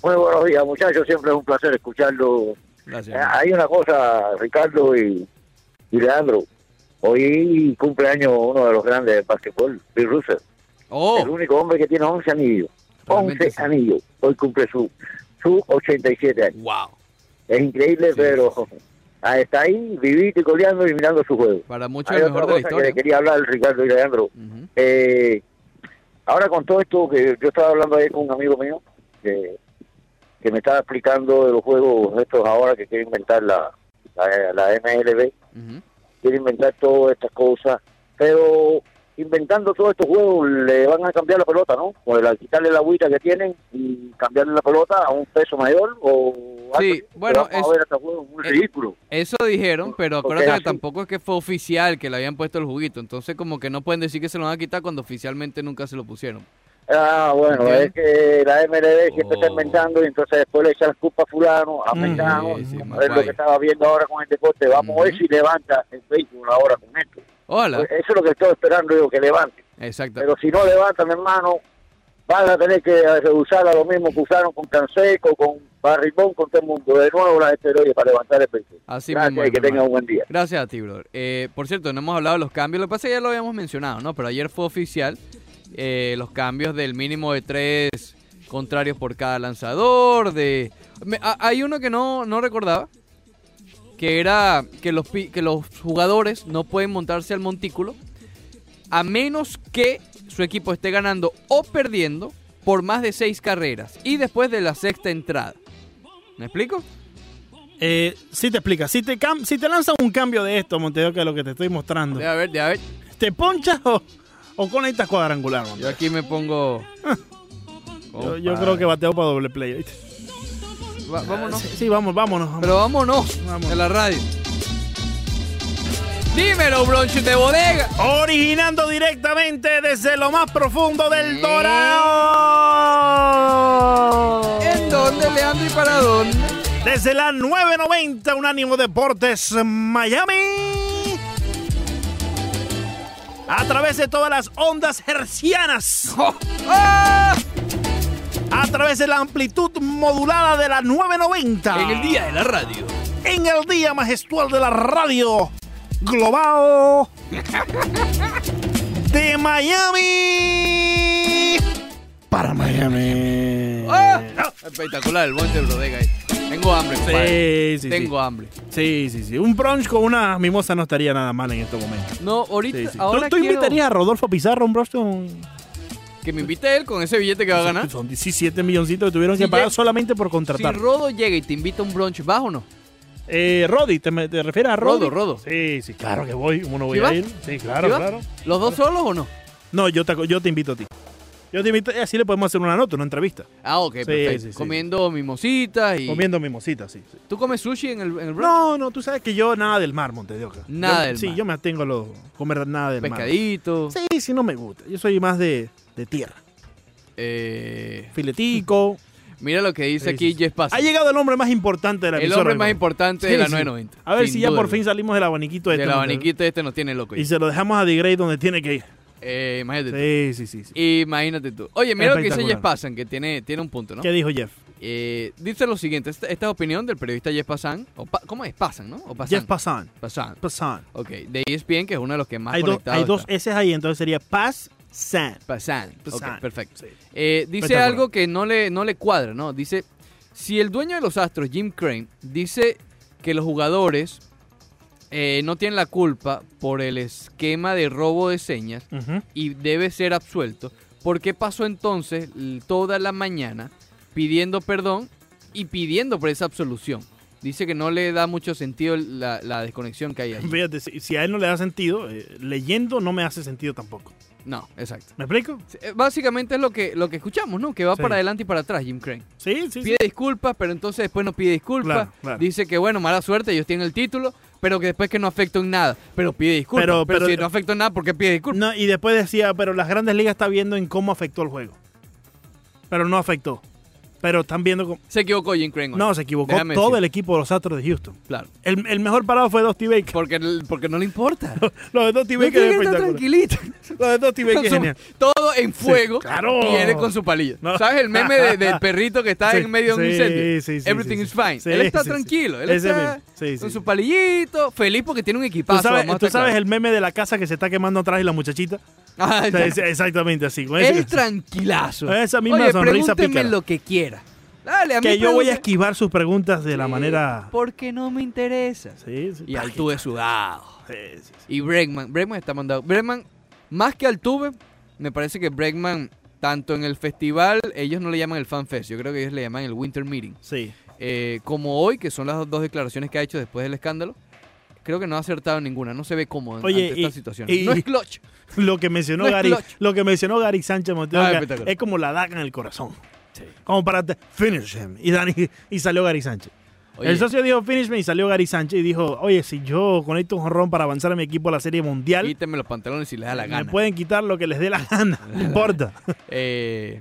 Muy buenos días, muchachos. Siempre es un placer escucharlo. Gracias. Eh, Hay una cosa, Ricardo y, y Leandro. Hoy cumpleaños uno de los grandes del basquetbol, Bill Russell. Oh, El único hombre que tiene 11 anillos. Realmente 11 sí. anillos. Hoy cumple su, su 87 años. wow. Es increíble, Sí, pero ah, está ahí vivito y coleando y mirando su juego. Para muchos Hay el otra mejor de la cosa que historia. le quería hablar, Ricardo y Leandro. Ujú. Eh, ahora con todo esto que yo estaba hablando ayer con un amigo mío que, que me estaba explicando de los juegos estos ahora que quiere inventar la, la, la MLB, Ujú. quiere inventar todas estas cosas, pero inventando todos estos juegos le van a cambiar la pelota, ¿no? O el- al quitarle la agüita que tienen y cambiarle la pelota a un peso mayor o algo Sí, así. bueno, Vamos es- a ver estos juegos muy eh, ridículos. Eso dijeron, pero Porque acuérdate es que así. tampoco es que fue oficial que le habían puesto el juguito. Entonces, como que no pueden decir que se lo van a quitar cuando oficialmente nunca se lo pusieron. Ah, bueno, ¿Entiendes? es que la MLB siempre está Oh. inventando y entonces después le echa la culpa a fulano, a Mm. Mengano, Sí, sí, es Maguire. lo que estaba viendo ahora con el deporte. Vamos a ver Ujú. si levanta el béisbol ahora con esto. Hola. Pues eso es lo que estoy esperando yo, que levante. Exacto. Pero si no levanta, mi hermano, van a tener que rehusar a lo mismo que usaron con Canseco, con Barribón, con todo el mundo. De nuevo las esteroides para levantar el béisbol. Así Gracias mismo es, y que mi hermano. tengan un buen día. Gracias a ti, brother. Eh, por cierto, no hemos hablado de los cambios. Lo que pasa es que ya lo habíamos mencionado, ¿no? Pero ayer fue oficial eh, los cambios del mínimo de tres contrarios por cada lanzador. De Me- a- Hay uno que no, no recordaba, que era que los, pi- que los jugadores no pueden montarse al montículo a menos que su equipo esté ganando o perdiendo por más de seis carreras y después de la sexta entrada. ¿Me explico? Eh, sí te explica. Si te, cam- si te lanzan un cambio de esto, Monteo, que es lo que te estoy mostrando, A ver, a ver. ¿te ponchas o, o conectas cuadrangular, Yo Monteo? aquí me pongo. Yo, yo creo que bateo para doble play. ¿oíste? Va- vámonos. Sí, sí, vamos, vámonos. vámonos. Pero vámonos Vámonos. de la radio. Dímelo, broncho de bodega. Originando directamente desde lo más profundo del Eh. Dorado. ¿En dónde, Leandro, y para dónde? Desde la 990, Unánimo Deportes Miami. A través de todas las ondas hercianas. ¡Oh! ¡Ah! A través de la amplitud modulada de la 990. En el día de la radio. en el día majestual de la radio global de Miami para Miami. ¡Ah! Espectacular el bonche de Brodega ahí. Tengo hambre, compadre. Sí, sí, Tengo hambre. sí. Sí, sí, sí. Un brunch con una mimosa no estaría nada mal en este momento. No, ahorita. Sí, sí. ¿Tú, Ahora tú quiero invitarías a Rodolfo Pizarro a un brunch con que me invite él con ese billete que va a ganar. Son 17 milloncitos que tuvieron Si que pagar llega- solamente por Si contratar. Rodo llega y te invita a un brunch, ¿vas o no? eh, Rodi, ¿te, me- te refieres a Rodi? Rodo, Rodo. Sí, sí, claro que voy. Uno voy ¿Sí a vas? ir. Sí, claro, ¿Sí vas? claro. ¿Los dos solos o no? No, yo te, aco- yo te invito a ti. Yo te invito, y así le podemos hacer una nota, una entrevista. Ah, ok, Sí, perfecto. sí, sí. Comiendo mimositas y. Comiendo mimositas, sí. sí. ¿Tú comes sushi en el, en el brunch? No, no, tú sabes que yo nada del mar, Monte de Oca. Nada Yo- del Sí, mar. yo me atengo a lo, comer nada del mar. Pescadito. Sí, sí, no me gusta. Yo soy más de, de tierra. eh, Filetico. mira lo que dice Sí, sí, aquí sí. Jess Paz. ha llegado el hombre más importante de la El emisora, hombre más hermano. importante Sí, de la sí. 990. A ver sin si ya duda por fin alguna. salimos del abaniquito este. Del Monte de Oca. abaniquito este nos tiene loco. Y ya. se lo dejamos a The Grey donde tiene que ir. Eh, imagínate tú. Sí, sí, sí. sí. Imagínate tú. Oye, mira lo que dice Espectacular. Jess Pasan, que tiene, tiene un punto, ¿no? ¿Qué dijo Jeff? Eh, dice lo siguiente, esta, esta es opinión del periodista Jess Pasan, o Pa- ¿cómo es? Pasan, ¿no? O Pasan. Jeff Passan. Pasan. Passan. Ok, de E ESPN, que es uno de los que más Hay, dos- conectado hay dos está. S ahí, entonces sería Passan. Pasan. Ok, Pasan. perfecto. Sí. Eh, dice Espectacular. algo que no le, no le cuadra, ¿no? Dice, si el dueño de los Astros, Jim Crane, dice que los jugadores eh, no tienen la culpa por el esquema de robo de señas Ujú. y debe ser absuelto, ¿por qué pasó entonces l- toda la mañana pidiendo perdón y pidiendo por esa absolución? Dice que no le da mucho sentido el- la, la desconexión que hay ahí. Fíjate, si, si a él no le da sentido, eh, leyendo no me hace sentido tampoco. No, exacto. ¿Me explico? Sí, eh, Básicamente es lo que, lo que escuchamos, ¿no? Que va Sí. para adelante y para atrás Jim Crane. Sí, sí, sí. pide disculpas, pero entonces después no pide disculpas. Claro, claro. Dice que bueno, mala suerte, ellos tienen el título, pero que después que no afectó en nada. Pero pide disculpas. Pero- Pero, pero- si no afectó en nada, ¿por qué pide disculpas? No, y después decía, pero las grandes ligas está viendo en cómo afectó el juego. Pero no afectó. Pero están viendo cómo... Se equivocó Jim Crane. hoy. No, se equivocó Déjame todo decir. el equipo de los Astros de Houston. Claro. El, el mejor parado fue Dusty Baker. Porque, porque no le importa. Lo de Dusty No Baker tiene es que estar espectacular. tranquilito. Lo de Dusty Baker Con es su- genial. todo en fuego claro. y él con su palilla. No. ¿Sabes el meme de- del perrito que está Sí, en medio de un sí, incendio? sí, sí, Everything sí, is sí. fine. Sí, él está sí, sí. tranquilo. Él Ese está mismo. Sí, con sí, sí. su palillito, feliz porque tiene un ¿Tú equipazo. sabes, vamos a tú estar sabes claros. el meme de la casa que se está quemando atrás y la muchachita? Ah, O sea, ya. es- exactamente así. con ese- Es tranquilazo. Esa misma Oye, sonrisa pregúnteme pícara. lo que quiera. Dale, a mí que yo voy a pregunte- esquivar sus preguntas de la Sí, manera... Porque no me interesa. Sí, sí. Y Altuve sudado. Sí, sí, sí. Y Bregman. Bregman está mandado. Bregman, más que Altuve, me parece que Bregman, tanto en el festival, ellos no le llaman el FanFest, yo creo que ellos le llaman el Winter Meeting. Sí. Eh, como hoy, que son las dos declaraciones que ha hecho después del escándalo, creo que no ha acertado ninguna. No se ve cómodo Oye, ante y- esta situación. y- no es clutch. Lo que mencionó No es Gary, clutch. lo que mencionó Gary Sánchez Montero Ah, que espectacular. es como la daga en el corazón. Como para te- finish him. Y, Dani, y salió Gary Sánchez. Oye, El socio dijo finish me y salió Gary Sánchez y dijo, oye, si yo conecto un jorrón para avanzar a mi equipo a la serie mundial, quítenme los pantalones si les da la me gana. pueden quitar lo que les dé la gana. No importa. Eh,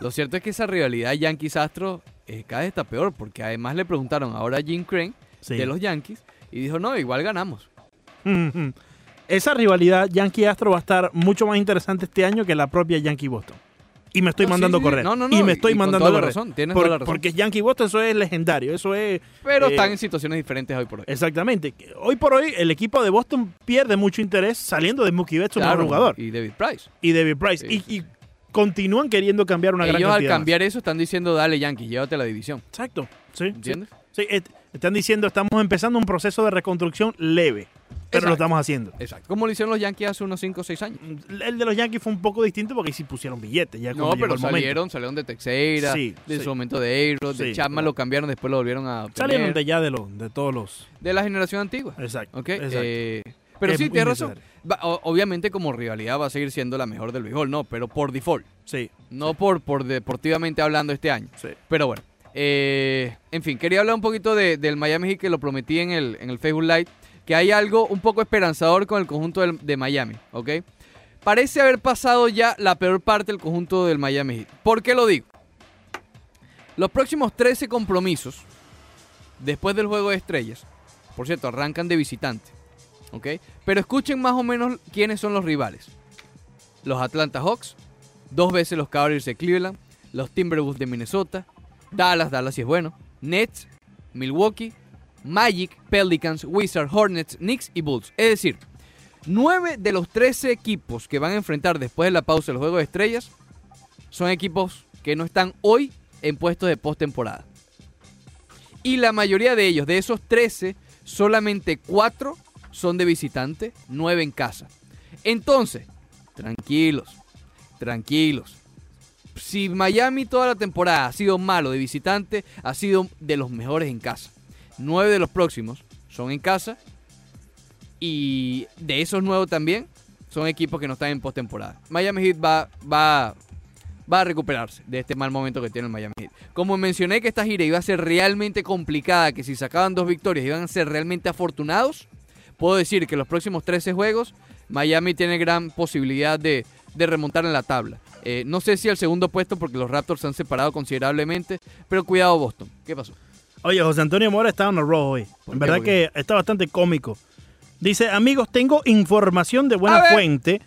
lo cierto es que esa rivalidad Yankees-Astros eh, cada vez está peor, porque además le preguntaron ahora a Jim Crane Sí. de los Yankees y dijo, no, igual ganamos. Ujú. Esa rivalidad Yankee-Astro va a estar mucho más interesante este año que la propia Yankee-Boston. Y me estoy No, sí, mandando sí, sí. correr. No, no, no. Y me estoy Y con mandando toda la correr. razón, tienes Por- toda la razón. Porque Yankee-Boston eso es legendario. Eso es... Pero eh, están en situaciones diferentes hoy por hoy. Exactamente. Hoy por hoy el equipo de Boston pierde mucho interés saliendo de Mookie Betts, su mejor Claro, jugador, Y David Price. y David Price. Sí, y, y continúan queriendo cambiar una gran Ellos al cantidad. cambiar eso están diciendo, dale Yankees, llévate la división. Exacto. Sí, ¿Entiendes? sí. Sí, et- están diciendo, estamos empezando un proceso de reconstrucción leve, pero lo Exacto. estamos haciendo. Exacto. Como lo hicieron los Yankees hace unos 5 o 6 años. Mm, El de los Yankees fue un poco distinto porque ahí sí pusieron billetes. Ya No, cuando llegó pero el momento. salieron, salieron de Texeira, Sí, de sí. su momento de Eiro, de Sí, Chapman claro. lo cambiaron, después lo volvieron a obtener. Salieron de ya de, los, de todos los... de la generación antigua. Exacto. ¿Ok? exacto. eh, pero Es sí, muy tienes razón. necesario. Va- o- obviamente como rivalidad va a seguir siendo la mejor del béisbol, no, pero por default. Sí, No por, por deportivamente hablando este año. sí. Pero bueno. eh, en fin, quería hablar un poquito de- del Miami Heat que lo prometí en el, en el Facebook Live. Que hay algo un poco esperanzador con el conjunto del- de Miami, ¿ok? Parece haber pasado ya la peor parte del conjunto del Miami Heat. ¿Por qué lo digo? Los próximos 13 compromisos después del juego de estrellas, por cierto, arrancan de visitante, ¿ok? Pero escuchen más o menos quiénes son los rivales. Los Atlanta Hawks, dos veces los Cavaliers de Cleveland, los Timberwolves de Minnesota, Dallas, Dallas si es bueno, Nets, Milwaukee, Magic, Pelicans, Wizards, Hornets, Knicks y Bulls. Es decir, 9 de los 13 equipos que van a enfrentar después de la pausa el Juego de Estrellas son equipos que no están hoy en puestos de postemporada. Y la mayoría de ellos, de esos 13, solamente 4 son de visitante, 9 en casa. Entonces, tranquilos, tranquilos. Si Miami toda la temporada ha sido malo de visitante, ha sido de los mejores en casa. 9 de los próximos son en casa y de esos nuevos también son equipos que no están en postemporada. Miami Heat va, va, va a recuperarse de este mal momento que tiene el Miami Heat. Como mencioné que esta gira iba a ser realmente complicada, que si sacaban dos victorias iban a ser realmente afortunados, puedo decir que los próximos 13 juegos Miami tiene gran posibilidad de, de remontar en la tabla. Eh, no sé si al segundo puesto porque los Raptors se han separado considerablemente, pero cuidado Boston. ¿Qué pasó? Oye, José Antonio Mora está en el rojo hoy. ¿Por qué? En verdad ¿Por que está bastante cómico. Dice, amigos, tengo información de A buena ver. fuente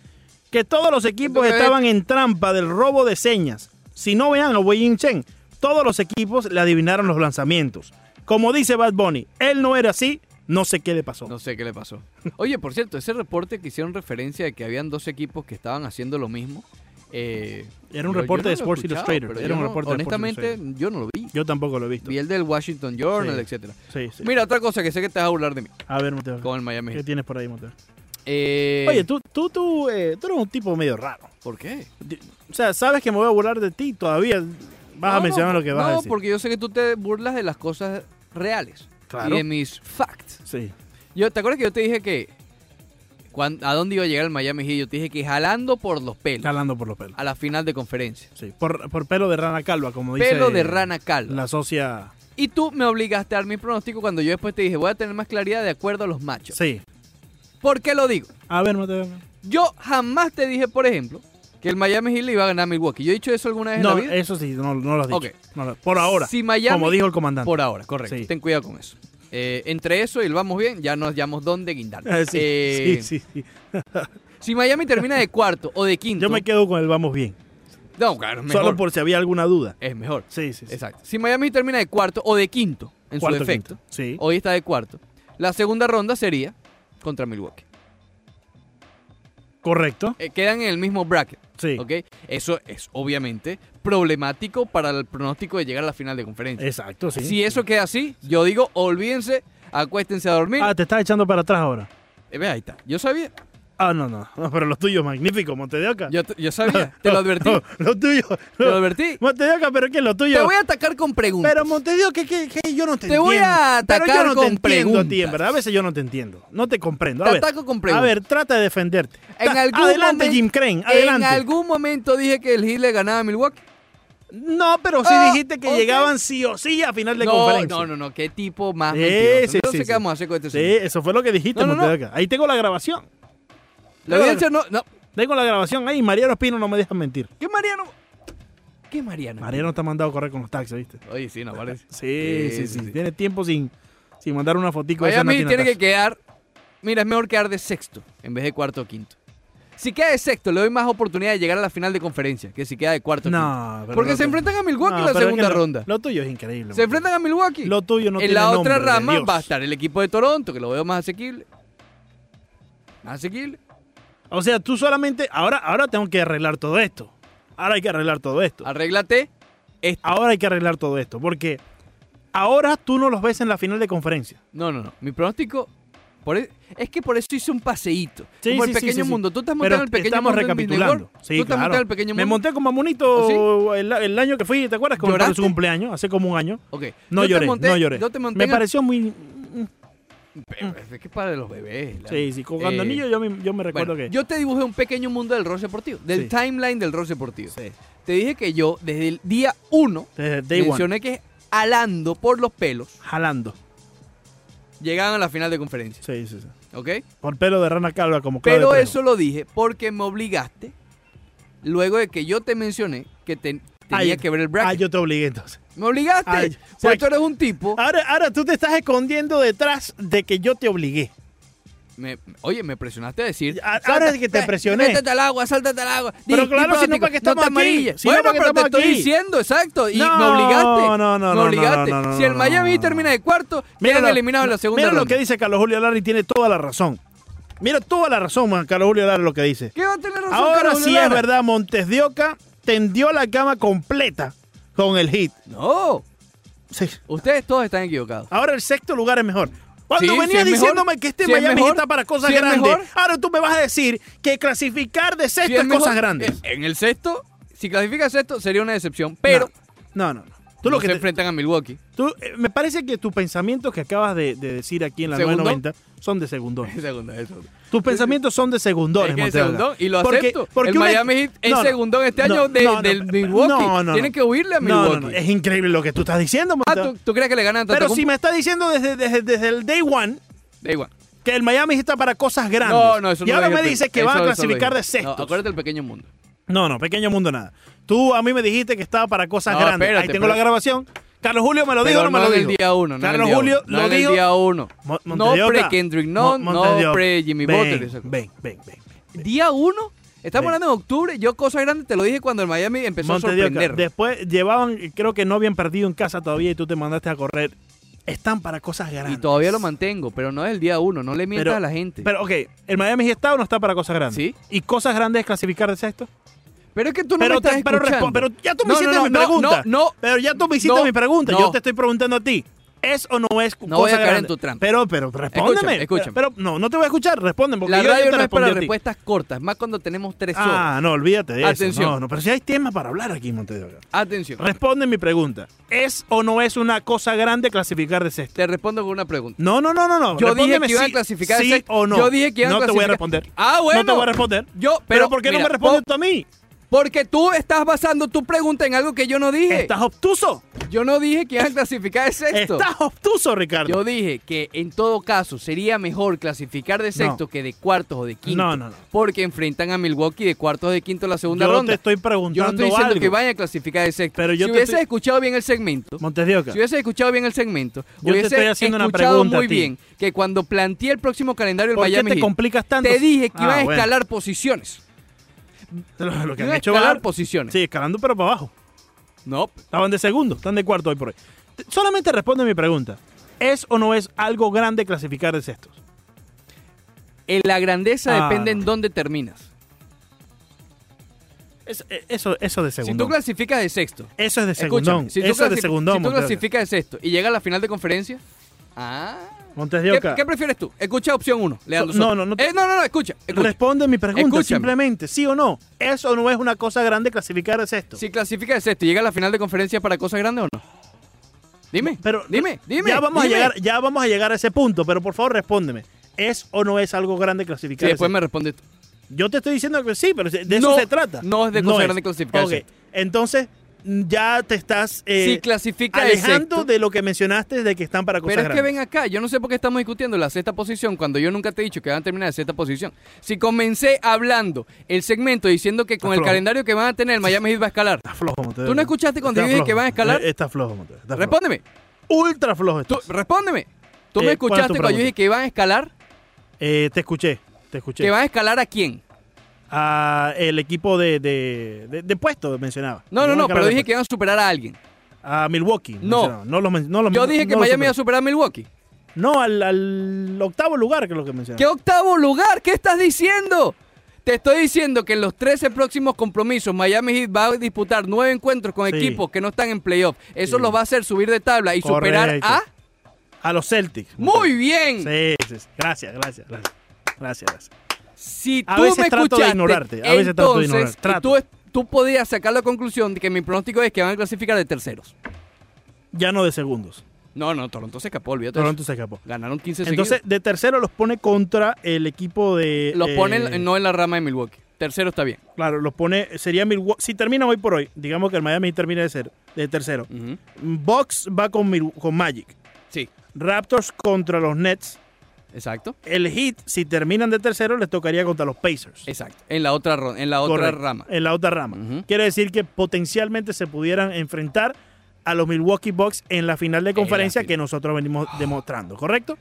que todos los equipos Siento que estaban en trampa del robo de señas. Si no vean a Wei Yin Chen, todos los equipos le adivinaron los lanzamientos. Como dice Bad Bunny, él no era así, no sé qué le pasó. No sé qué le pasó. Oye, por cierto, ese reporte que hicieron referencia de que habían dos equipos que estaban haciendo lo mismo. eh, Era un yo- yo reporte no de lo he Sports escuchado, Illustrated, pero era yo un no- reporte de Sports honestamente, yo no lo vi. Yo tampoco lo he visto. Vi el del Washington Journal, Sí. etcétera. Sí, sí. Mira, otra cosa que sé que te vas a burlar de mí A ver, Mateo, con el Miami. ¿qué Heat. tienes por ahí, Mateo? Eh, Oye, tú, tú, tú, eh, tú eres un tipo medio raro. ¿por qué? O sea, sabes que me voy a burlar de ti todavía. Vas No, a no, mencionar lo que vas no, a decir. porque yo sé que tú te burlas de las cosas reales Claro. y de mis facts. Sí. Yo, ¿Te acuerdas que yo te dije que cuan- a dónde iba a llegar el Miami Heat? Yo te dije que jalando por los pelos Calando por los pelos. a la final de conferencia. Sí. Por, por pelo de rana calva, como dice. Pelo de rana calva. La socia. Y tú me obligaste a dar mi pronóstico cuando yo después te dije, voy a tener más claridad de acuerdo a los machos. Sí. ¿Por qué lo digo? A ver, Mateo. Yo jamás te dije, por ejemplo, que el Miami Heat le iba a ganar a Milwaukee. ¿Yo he dicho eso alguna vez No, en la vida? eso sí, no, no lo has dicho. Ok. No lo- por ahora. Si Miami- como dijo el comandante. Por ahora, correcto. Sí. Ten cuidado con eso. Eh, entre eso y el vamos bien, ya nos llamamos dónde guindar. Eh, sí, Eh, sí, sí, sí. Si Miami termina de cuarto o de quinto... Yo me quedo con el vamos bien. No, claro, es Solo eh, mejor. por si había alguna duda. Es mejor. Sí, sí, sí. Exacto. Si Miami termina de cuarto o de quinto, en Cuarto, su defecto, quinto. Sí. hoy está de cuarto, la segunda ronda sería contra Milwaukee. Correcto. Eh, quedan en el mismo bracket. Sí. ¿ok? Eso es obviamente problemático para el pronóstico de llegar a la final de conferencia. Exacto, Eh, sí. Si eso queda así, yo digo, olvídense, acuéstense a dormir. Ah, te estás echando para atrás ahora. Eh, ve, ahí está. Yo sabía, Ah, no, no. No, pero los tuyos magníficos, Monte de Oca. yo, t- yo sabía, te lo advertí, No, los tuyos. te no. lo advertí. Monte de Oca, pero ¿qué es lo tuyo? Te voy a atacar con preguntas. Pero Montedio, que, que, que yo no te, Te entiendo. voy a Pero yo atacar no con te entiendo a ti, en preguntas. verdad. A veces yo no te entiendo. No te comprendo. A Te ver, ataco con a preguntas. ver, trata de defenderte. En Ta- algún adelante, momen- Jim Crane. Adelante. En algún momento dije que el Heat le ganaba a Milwaukee. No, pero sí Ah, dijiste que ok. llegaban sí o sí a final de No, conferencia. no, no, no, qué tipo más Sí, mentiroso. sí, no sí, sé sí. qué vamos a hacer con este Sí, señor. eso fue lo que dijiste, No, no, Montedio Oca. Ahí tengo la grabación. La audiencia no, no. Tengo la grabación ahí. Mariano Espino no me deja mentir. ¿Qué Mariano? ¿Qué Mariano? Mariano está mandado a correr con los taxis, ¿viste? Oye, sí, no parece. Sí, sí, sí. Tiene tiempo sin, sin mandar una fotico de esa Miami Natina tiene que Taxi. quedar. Mira, es mejor quedar de sexto en vez de cuarto o quinto. Si queda de sexto, le doy más oportunidad de llegar a la final de conferencia que si queda de cuarto o quinto. No, pero Porque no se te- enfrentan a Milwaukee en la No, pero es que segunda lo- ronda. Lo tuyo es increíble. se Montedio. enfrentan a Milwaukee. Lo tuyo no en tiene la nombre, otra de rama Dios. va a estar el equipo de Toronto, que lo veo más asequible. Más asequible. O sea, tú solamente. Ahora, ahora tengo que arreglar todo esto. Ahora hay que arreglar todo esto. Arréglate. Este. Ahora hay que arreglar todo esto. Porque ahora tú no los ves en la final de conferencia. No, no, no. Mi pronóstico. por e- es que por eso hice un paseíto. Sí, como sí, el sí, pequeño sí, sí. mundo. Tú estás montando Pero el pequeño estamos mundo. en Disney recapitulando. World? Sí, Tú estás claro. montando el pequeño Me mundo. monté con Mamunito el, el año que fui, ¿te acuerdas? Con para ¿Lloraste? su cumpleaños, hace como un año. Ok. No Yo te lloré, monté- no lloré. Yo te monté Me en el pareció muy. Pero es que para los bebés. la- Sí, sí, con Andonillo Eh, yo me, yo me recuerdo bueno, que. Yo te dibujé un pequeño mundo del rock deportivo, del Sí. timeline del rock deportivo. Sí. Te dije que yo, desde el día uno, Desde Day One, mencioné que alando por los pelos, jalando. llegaban a la final de conferencia. Sí, sí, sí. ¿Ok? Por pelo de rana calva, como Claudio Pero Trejo. eso lo dije porque me obligaste, luego de que yo te mencioné que te- tenía Ay, que ver el Ah, bracket. yo te obligué entonces. Me obligaste. Ay, Ah. porque o sea, tú eres un tipo. Ahora, ahora tú te estás escondiendo detrás de que yo te obligué. Me, oye, me presionaste a decir. A- ¿Sabes Ah, ahora- que te "Ve, presioné? Métete al agua, sáltate al agua. Pero Di, claro, di si no, ¿para qué plástico, estamos te aquí? amarilles". Si no, bueno, ¿para qué porque te estamos estoy aquí? diciendo, exacto. Y No, me obligaste. no, no, no, Me no, obligaste. no, no, si el no, Miami no, no. termina de cuarto, Mira quedan lo- eliminados en la segunda Mira lo ronda. que dice Carlos Julio Larry, tiene toda la razón. Mira toda la razón, man, Carlos Julio Larry, lo que dice. ¿Qué va a tener razón Ahora Carlos sí Lara? es verdad, Montes de Oca tendió la cama completa con el hit. No, Sí. ustedes todos están equivocados. Ahora el sexto lugar es mejor. Cuando Sí, venías sí es mejor. diciéndome que este Sí es Miami mejor. está para cosas Sí es grandes, mejor. ahora tú me vas a decir que clasificar de Si sexto es es cosas mejor, grandes. eh, En el sexto, si clasifica sexto, sería una decepción. Pero No, no, no. Tú lo no que se te- enfrentan a Milwaukee. tú, eh, me parece que tus pensamientos que acabas de, de decir aquí en la ¿Segundo? 990 son de segundones. Segundo, eso. Tus pensamientos son de segundones, Es que es Montes de Oca. segundón, y lo acepto. el una- Miami Heat es no, no, segundón este no, año de- no, no, del no, Milwaukee. no, no, Tienen no. que huirle a No, no, Milwaukee. no, Es increíble lo que tú estás diciendo, Ah, Montes de ¿tú, Oca. tú crees que le ganan a Pero Antetokounmpo? si me está diciendo desde, desde, desde el day one Da igual. que el Miami Heat está para cosas grandes. No, no, eso y no ahora lo dije, me pero- dices que eso- van a eso lo clasificar dije. de sextos. No, acuérdate del pequeño mundo. No, no, pequeño mundo nada. Tú a mí me dijiste que estaba para cosas No, grandes. espérate, Ahí tengo la pero- grabación. Carlos Julio me lo dijo Pero o no me lo en dijo. el día uno. No en el Carlos día Julio uno, lo no en dijo. el día uno. Mo- Montes de No Oca. pre-Kendrick Nunn, Mo- Montes de no Oca. pre-Jimmy Ven, Butler. esa cosa. Ven, ven, ven. ven. Día uno. Estamos Ven. hablando de octubre. Yo, cosa grande, te lo dije cuando el Miami empezó Montes a de Oca. sorprender. Después llevaban, creo que no habían perdido en casa todavía y tú te mandaste a correr. Están para cosas Y grandes. todavía lo mantengo, pero no es el día uno. No le mientas Pero- a la gente. Pero, ok, el Miami Heat está o no está para cosas grandes. Sí. ¿Y cosas grandes es clasificar de sexto? Pero es que tú no pero, me estás te- pero, escuchando. respo- pero ya tú No, me hiciste no, no, mi no, pregunta. no, no. pero ya tú me hiciste No, mi pregunta. no. Yo te estoy preguntando a ti. ¿Es o no es No cosa voy a caer en grande? tu trampa. Pero, pero, respóndeme. Escúchame, escúchame. Pero, pero, no, no te voy a escuchar. Respóndeme porque La yo ya radio te no es respondí para a ti. respuestas cortas, más cuando tenemos tres horas. Ah, no, olvídate de eso. Atención. No, no, pero si hay tema para hablar aquí, Montevideo. Atención, Responde mi pregunta. ¿Es o no es una cosa grande clasificar de sexto? te respondo con una pregunta. No, no, no, no, no. Yo dije Respóndeme que iban sí- a clasificar de sí sexto. o no. Yo dije que iban a No te voy a clasificar- responder. Ah, bueno. No te voy a responder. Yo, pero, pero, ¿por qué no mira, me respondes tú a mí? Porque tú estás basando tu pregunta en algo que yo no dije. Estás obtuso. Yo no dije que iban a clasificar de sexto. Estás obtuso, Ricardo. Yo dije que en todo caso sería mejor clasificar de sexto No. que de cuartos o de quinto. No, no, no. Porque enfrentan a Milwaukee de cuartos o de quinto en la segunda Yo ronda. te estoy preguntando Yo no estoy diciendo algo. que vayan a clasificar de sexto. Pero si yo te hubieses estoy- escuchado bien el segmento, Montes de Oca. Si hubiese escuchado bien el segmento, Yo te hubiese estoy haciendo una escuchado pregunta a muy ti. bien que cuando planteé el próximo calendario del ¿Por qué Miami te Heat, complicas tanto? te dije que Ah, iba a bueno. escalar posiciones. Lo, lo que han Iba a hecho escalar va- posiciones. Sí, escalando pero para abajo. No, Estaban de segundo, están de cuarto hoy por hoy. T- Solamente responde mi pregunta. ¿Es o no es algo grande clasificar de sextos? en eh, la grandeza Ah, depende no. en dónde terminas. Es- e- eso, eso de Si segundo. tú clasificas de sexto, eso es de escúchame, segundón. si tú, eso es de clasi- segundón, si tú Montes de Oca. clasificas de sexto y llegas a la final de conferencia, ah, Montes de ¿qué, Oca, qué prefieres tú? Escucha opción 1, Leandro. No, Soto. no, no te- Eh, no, no, no, escucha, escucha. responde mi pregunta Escúchame. simplemente. ¿Sí o no? ¿Es o no es una cosa grande clasificar de sextos? Si clasificas de sexto y llegas a la final de conferencia para cosas grandes o no? Dime, Pero dime, dime. Ya vamos dime. a llegar, ya vamos a llegar a ese punto, pero por favor respóndeme. ¿Es o no es algo grande clasificar? Sí, de después sextos? me respondes tú. Yo te estoy diciendo que sí, pero de eso No, se trata. no es de cosa grande clasificar de Ok, sexto. Entonces, ya te estás eh, si clasifica de alejando sexto, de lo que mencionaste de que están para cosas pero es que grandes. ven acá, yo no sé por qué estamos discutiendo la sexta posición cuando yo nunca te he dicho que van a terminar de sexta posición. Si comencé hablando el segmento diciendo que con el flojo. calendario que van a tener el Miami Heat va a escalar. Está flojo, Montevideo. ¿Tú no escuchaste cuando Está yo dije flojo. Eh, que van a escalar? Está flojo, Montevideo. Está flojo. Respóndeme, Ultra flojo. tú, estás. respóndeme. ¿Tú me Eh, ¿cuál es tu escuchaste cuando yo pregunta? dije que van a escalar? Eh, te escuché, te escuché. ¿Que van a escalar a quién? A el equipo de, de, de- de puesto mencionaba. No, no, Van a no, escalar pero dije de que van a superar a alguien. puesto. a Milwaukee. No. mencionaba. no los men- no los- Yo dije que no los Miami iba a superó. superar a Milwaukee. No, al, al octavo lugar que es lo que mencionaba. ¿Qué octavo lugar? ¿Qué estás diciendo? Te estoy diciendo que en los 13 próximos compromisos Miami Heat va a disputar nueve encuentros con Sí. equipos que no están en playoff. Eso Sí. los va a hacer subir de tabla y superar Correcto. a... A los Celtics. Muy bien. Sí, sí, sí. Gracias, gracias, gracias. Gracias, gracias. Si A tú veces me trato de escuchaste, ignorarte, a veces trato de entonces ignorar, trato. Tú, es- tú podías sacar la conclusión de que mi pronóstico es que van a clasificar de terceros. Ya no de segundos. No, no, Toronto se escapó, olvídate. de Toronto se escapó. eso. Ganaron 15 Entonces, de tercero los pone contra el equipo de. seguidos. Los eh, ponen no en la rama de Milwaukee. Tercero está bien. Claro, los pone. Sería Milwaukee. Si termina hoy por hoy, digamos que el Miami termina de ser de tercero. Ujú. Bucks va con, Mil- con Magic. Sí, Raptors contra los Nets. exacto. El Heat, si terminan de tercero, les tocaría contra los Pacers. Exacto. En la otra, ro- en la otra Correcto, rama. En la otra rama. Ujú. Quiere decir que potencialmente se pudieran enfrentar a los Milwaukee Bucks en la final de la conferencia fin- que nosotros venimos demostrando, ¿correcto?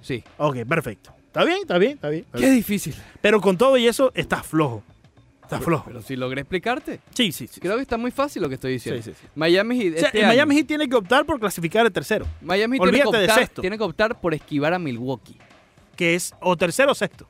Sí. Ok, perfecto. Está bien, está bien, está bien. está Qué bien. difícil. Pero con todo y eso, estás flojo. Estás flojo. Pero si logré explicarte, Sí, sí, sí. creo que está muy fácil lo que estoy diciendo. Sí, sí, sí. Miami Heat O sea, este el año- Miami Heat tiene que optar por clasificar el tercero, Miami tiene que, Olvídate de optar, sexto. tiene que optar por esquivar a Milwaukee. que es o tercero o sexto.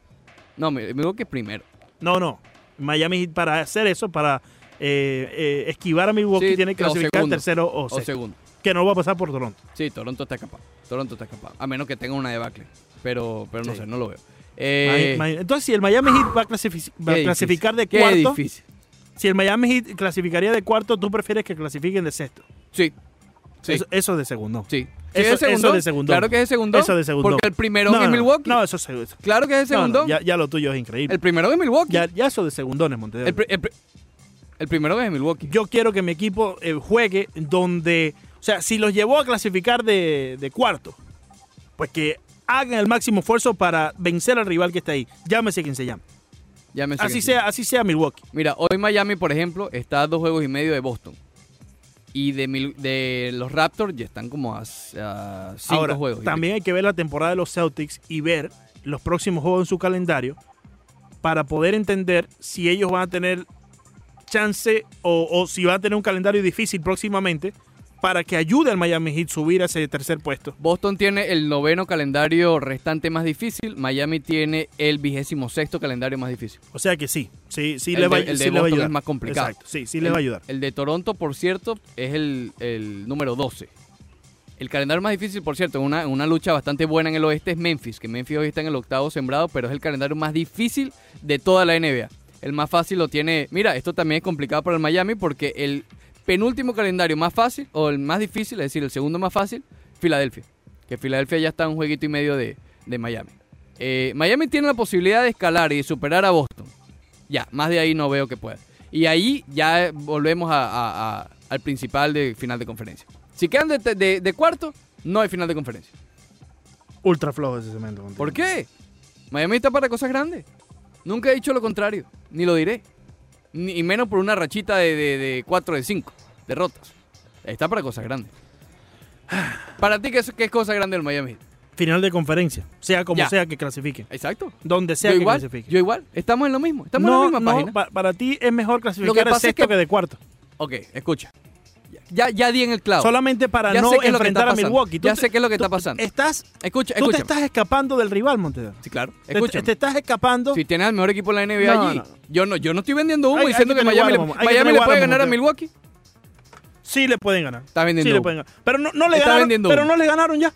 No, mi- Milwaukee primero. No, no. Miami Heat para hacer eso, para eh, eh, esquivar a Milwaukee, Sí, tiene que o clasificar segundo. tercero o O sexto. segundo. que no va a pasar por Toronto. Sí, Toronto está capaz. Toronto está capaz. A menos que tenga una debacle. Pero, pero no Sí. sé, no lo veo. Eh, Ma- ma- Entonces, si el Miami Heat va a, clasific- va a qué clasificar de difícil, Qué cuarto, difícil. si el Miami Heat clasificaría de cuarto, tú prefieres que clasifiquen de sexto. Sí. Sí. Eso, eso es de segundo. sí. eso- Sí, es de eso segundo. de segundo. Claro que es de segundo. Eso de segundo. Porque el primero no, es no, Milwaukee. No, eso es seg- eso- Claro que es de no, no, segundo. ya, ya lo tuyo es increíble. El primero es Milwaukee. ya, ya eso de segundones, Montevideo. El, pri- el pri- el primero es Milwaukee. Yo quiero que mi equipo eh, juegue donde. O sea, si los llevó a clasificar de, de cuarto, pues que hagan el máximo esfuerzo para vencer al rival que está ahí. Llámese quien se llame. Ya me sé Así que sí. sea, así sea Milwaukee. Mira, hoy Miami, por ejemplo, está a dos juegos y medio de Boston. Y de, Mil- de los Raptors ya están como a, s- a cinco Ahora, juegos. y también hay que ver la temporada de los Celtics y ver los próximos juegos en su calendario para poder entender si ellos van a tener chance o, o si van a tener un calendario difícil próximamente para que ayude al Miami Heat subir a ese tercer puesto. Boston tiene el noveno calendario restante más difícil. Miami tiene el vigésimo sexto calendario más difícil. O sea que sí, sí, sí El le va, de- el de sí le va a Boston es ayudar. más complicado. Exacto, sí, sí le va a ayudar. El de Toronto, por cierto, es el, el número 12. El calendario más difícil, por cierto, en una, una lucha bastante buena en el oeste es Memphis, que Memphis hoy está en el octavo sembrado, pero es el calendario más difícil de toda la NBA. El más fácil lo tiene. Mira, esto también es complicado para el Miami porque el penúltimo calendario más fácil, o el más difícil, es decir, el segundo más fácil, Filadelfia. Que Filadelfia ya está a un jueguito y medio de, de Miami. Eh, Miami tiene la posibilidad de escalar y de superar a Boston. Ya, más de ahí no veo que pueda. Y ahí ya volvemos a- a- a- al principal de final de conferencia. Si quedan de, de- de cuarto, no hay final de conferencia. Ultra flojo ese cemento. Montiel. ¿Por qué? Miami está para cosas grandes. Nunca he dicho lo contrario, ni lo diré. Ni, y menos por una rachita de, de, de 4 de 5 derrotas. Está para cosas grandes. Para ti, ¿qué es, qué es cosa grande el Miami? Heat? Final de conferencia, sea como Ya. sea que clasifiquen. Exacto. Donde sea Yo que igual, clasifiquen. yo igual. Estamos en lo mismo. Estamos no, en la misma no, página. pa- para ti es mejor clasificar de pasa es sexto que- que... de cuarto. ok, escucha. Ya, ya di en el clavo. Solamente para Oh. Ya no sé qué es lo que enfrentar está a pasando. Milwaukee. Tú Ya te- sé qué es lo que tú- está pasando. Estás, Escucha, tú te escucha. estás escapando del rival, Montedor. Sí, claro. Te- Escucha. Te, estás escapando. Si tienes al mejor equipo de la NBA Este, No, allí, no. yo no, yo no estoy vendiendo humo Hay- hay diciendo que que, tener Miami, guarda, le, mamá. Hay que Miami tener le guarda, puede ganar a mamá. Milwaukee. Sí le pueden ganar. Está vendiendo Sí le humo. pueden ganar. Pero no, no le Está ganaron. vendiendo Pero humo. no le ganaron ya.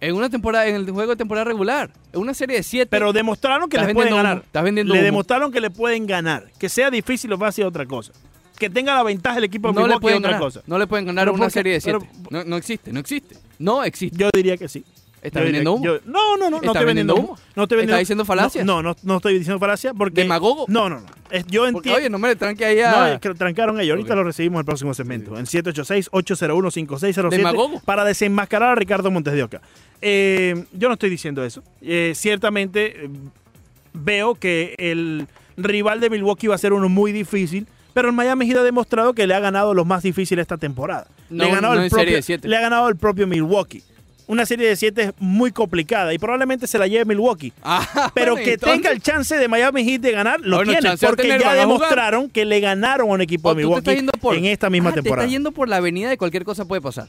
En una temporada, en el juego de temporada regular, en una serie de siete. Pero demostraron que Eh, Estás le pueden vendiendo ganar. humo, estás vendiendo le humo. demostraron que le pueden ganar. Que sea difícil o fácil otra cosa. Que tenga la ventaja el equipo de no le Milwaukee es pueden otra ganar. cosa. No le pueden ganar Pero una porque- serie de siete. pero- no, no existe, no existe. No existe. Yo diría que sí. Está Yo vendiendo diría- humo. yo- no, no, no, no Está estoy vendiendo vendiendo humo. humo. No estoy vendiendo Está diciendo falacias. No, no, no estoy diciendo falacias porque ¿Demagogo? No, no, no. Es- yo Porque, entiendo oye, no me le tranque ahí a. No, es que lo trancaron ellos. Ahorita Ok. lo recibimos en el próximo segmento. En 786-801-5607. Demagogo. Para desenmascarar a Ricardo Montes de Oca. Eh, yo no estoy diciendo eso. Eh, ciertamente eh, veo que el rival de Milwaukee va a ser uno muy difícil. Pero el Miami Heat ha demostrado que le ha ganado los más difíciles esta temporada. No, le, ha ganado no el en serie propio- de siete. le ha ganado el propio Milwaukee. Una serie de 7 es muy complicada y probablemente se la lleve Milwaukee. Ah, Pero bueno, que entonces- tenga el chance de Miami Heat de ganar, lo Bueno, tiene, chance de porque tener, ya van a jugar. demostraron que le ganaron a un equipo O de oh, tú te estás Milwaukee yendo por- en esta misma Ah, temporada. Te está yendo por la avenida de cualquier cosa puede pasar.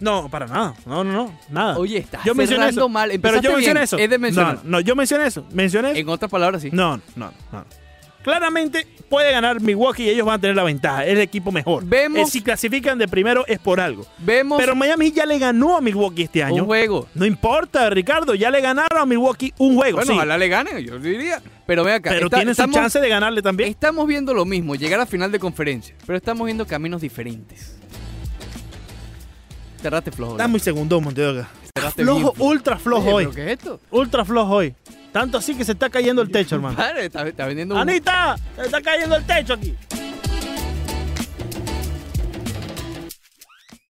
No, para nada. No, no, no. Nada. Oye, estás yo mencioné cerrando eso. mal. Pero Empezaste yo mencioné bien, eso. es de mencionar. No, no, no, yo mencioné eso. Mencioné eso. En otras palabras, sí. No, no, no. Claramente puede ganar Milwaukee y ellos van a tener la ventaja. Es el equipo mejor. Vemos- Eh, si clasifican de primero es por algo. Vemos Pero Miami Heat ya le ganó a Milwaukee este un año. juego. No importa, Ricardo. Ya le ganaron a Milwaukee un juego. Bueno, sí, ojalá le ganen, yo diría. Pero ven acá. pero está- tienen estamos- su chance de ganarle también. Estamos viendo lo mismo, llegar a final de conferencia, pero estamos viendo caminos diferentes. Cerrate flojo. Dame un segundo, Montedoga. Cerraste Flojo, bien, flojo. ultra flojo Oye, hoy. ¿pero ¿Qué es esto? Ultra flojo hoy. Tanto así que se está cayendo el techo, hermano. Ah, Padre, está, está vendiendo humo. Anita, se está cayendo el techo aquí.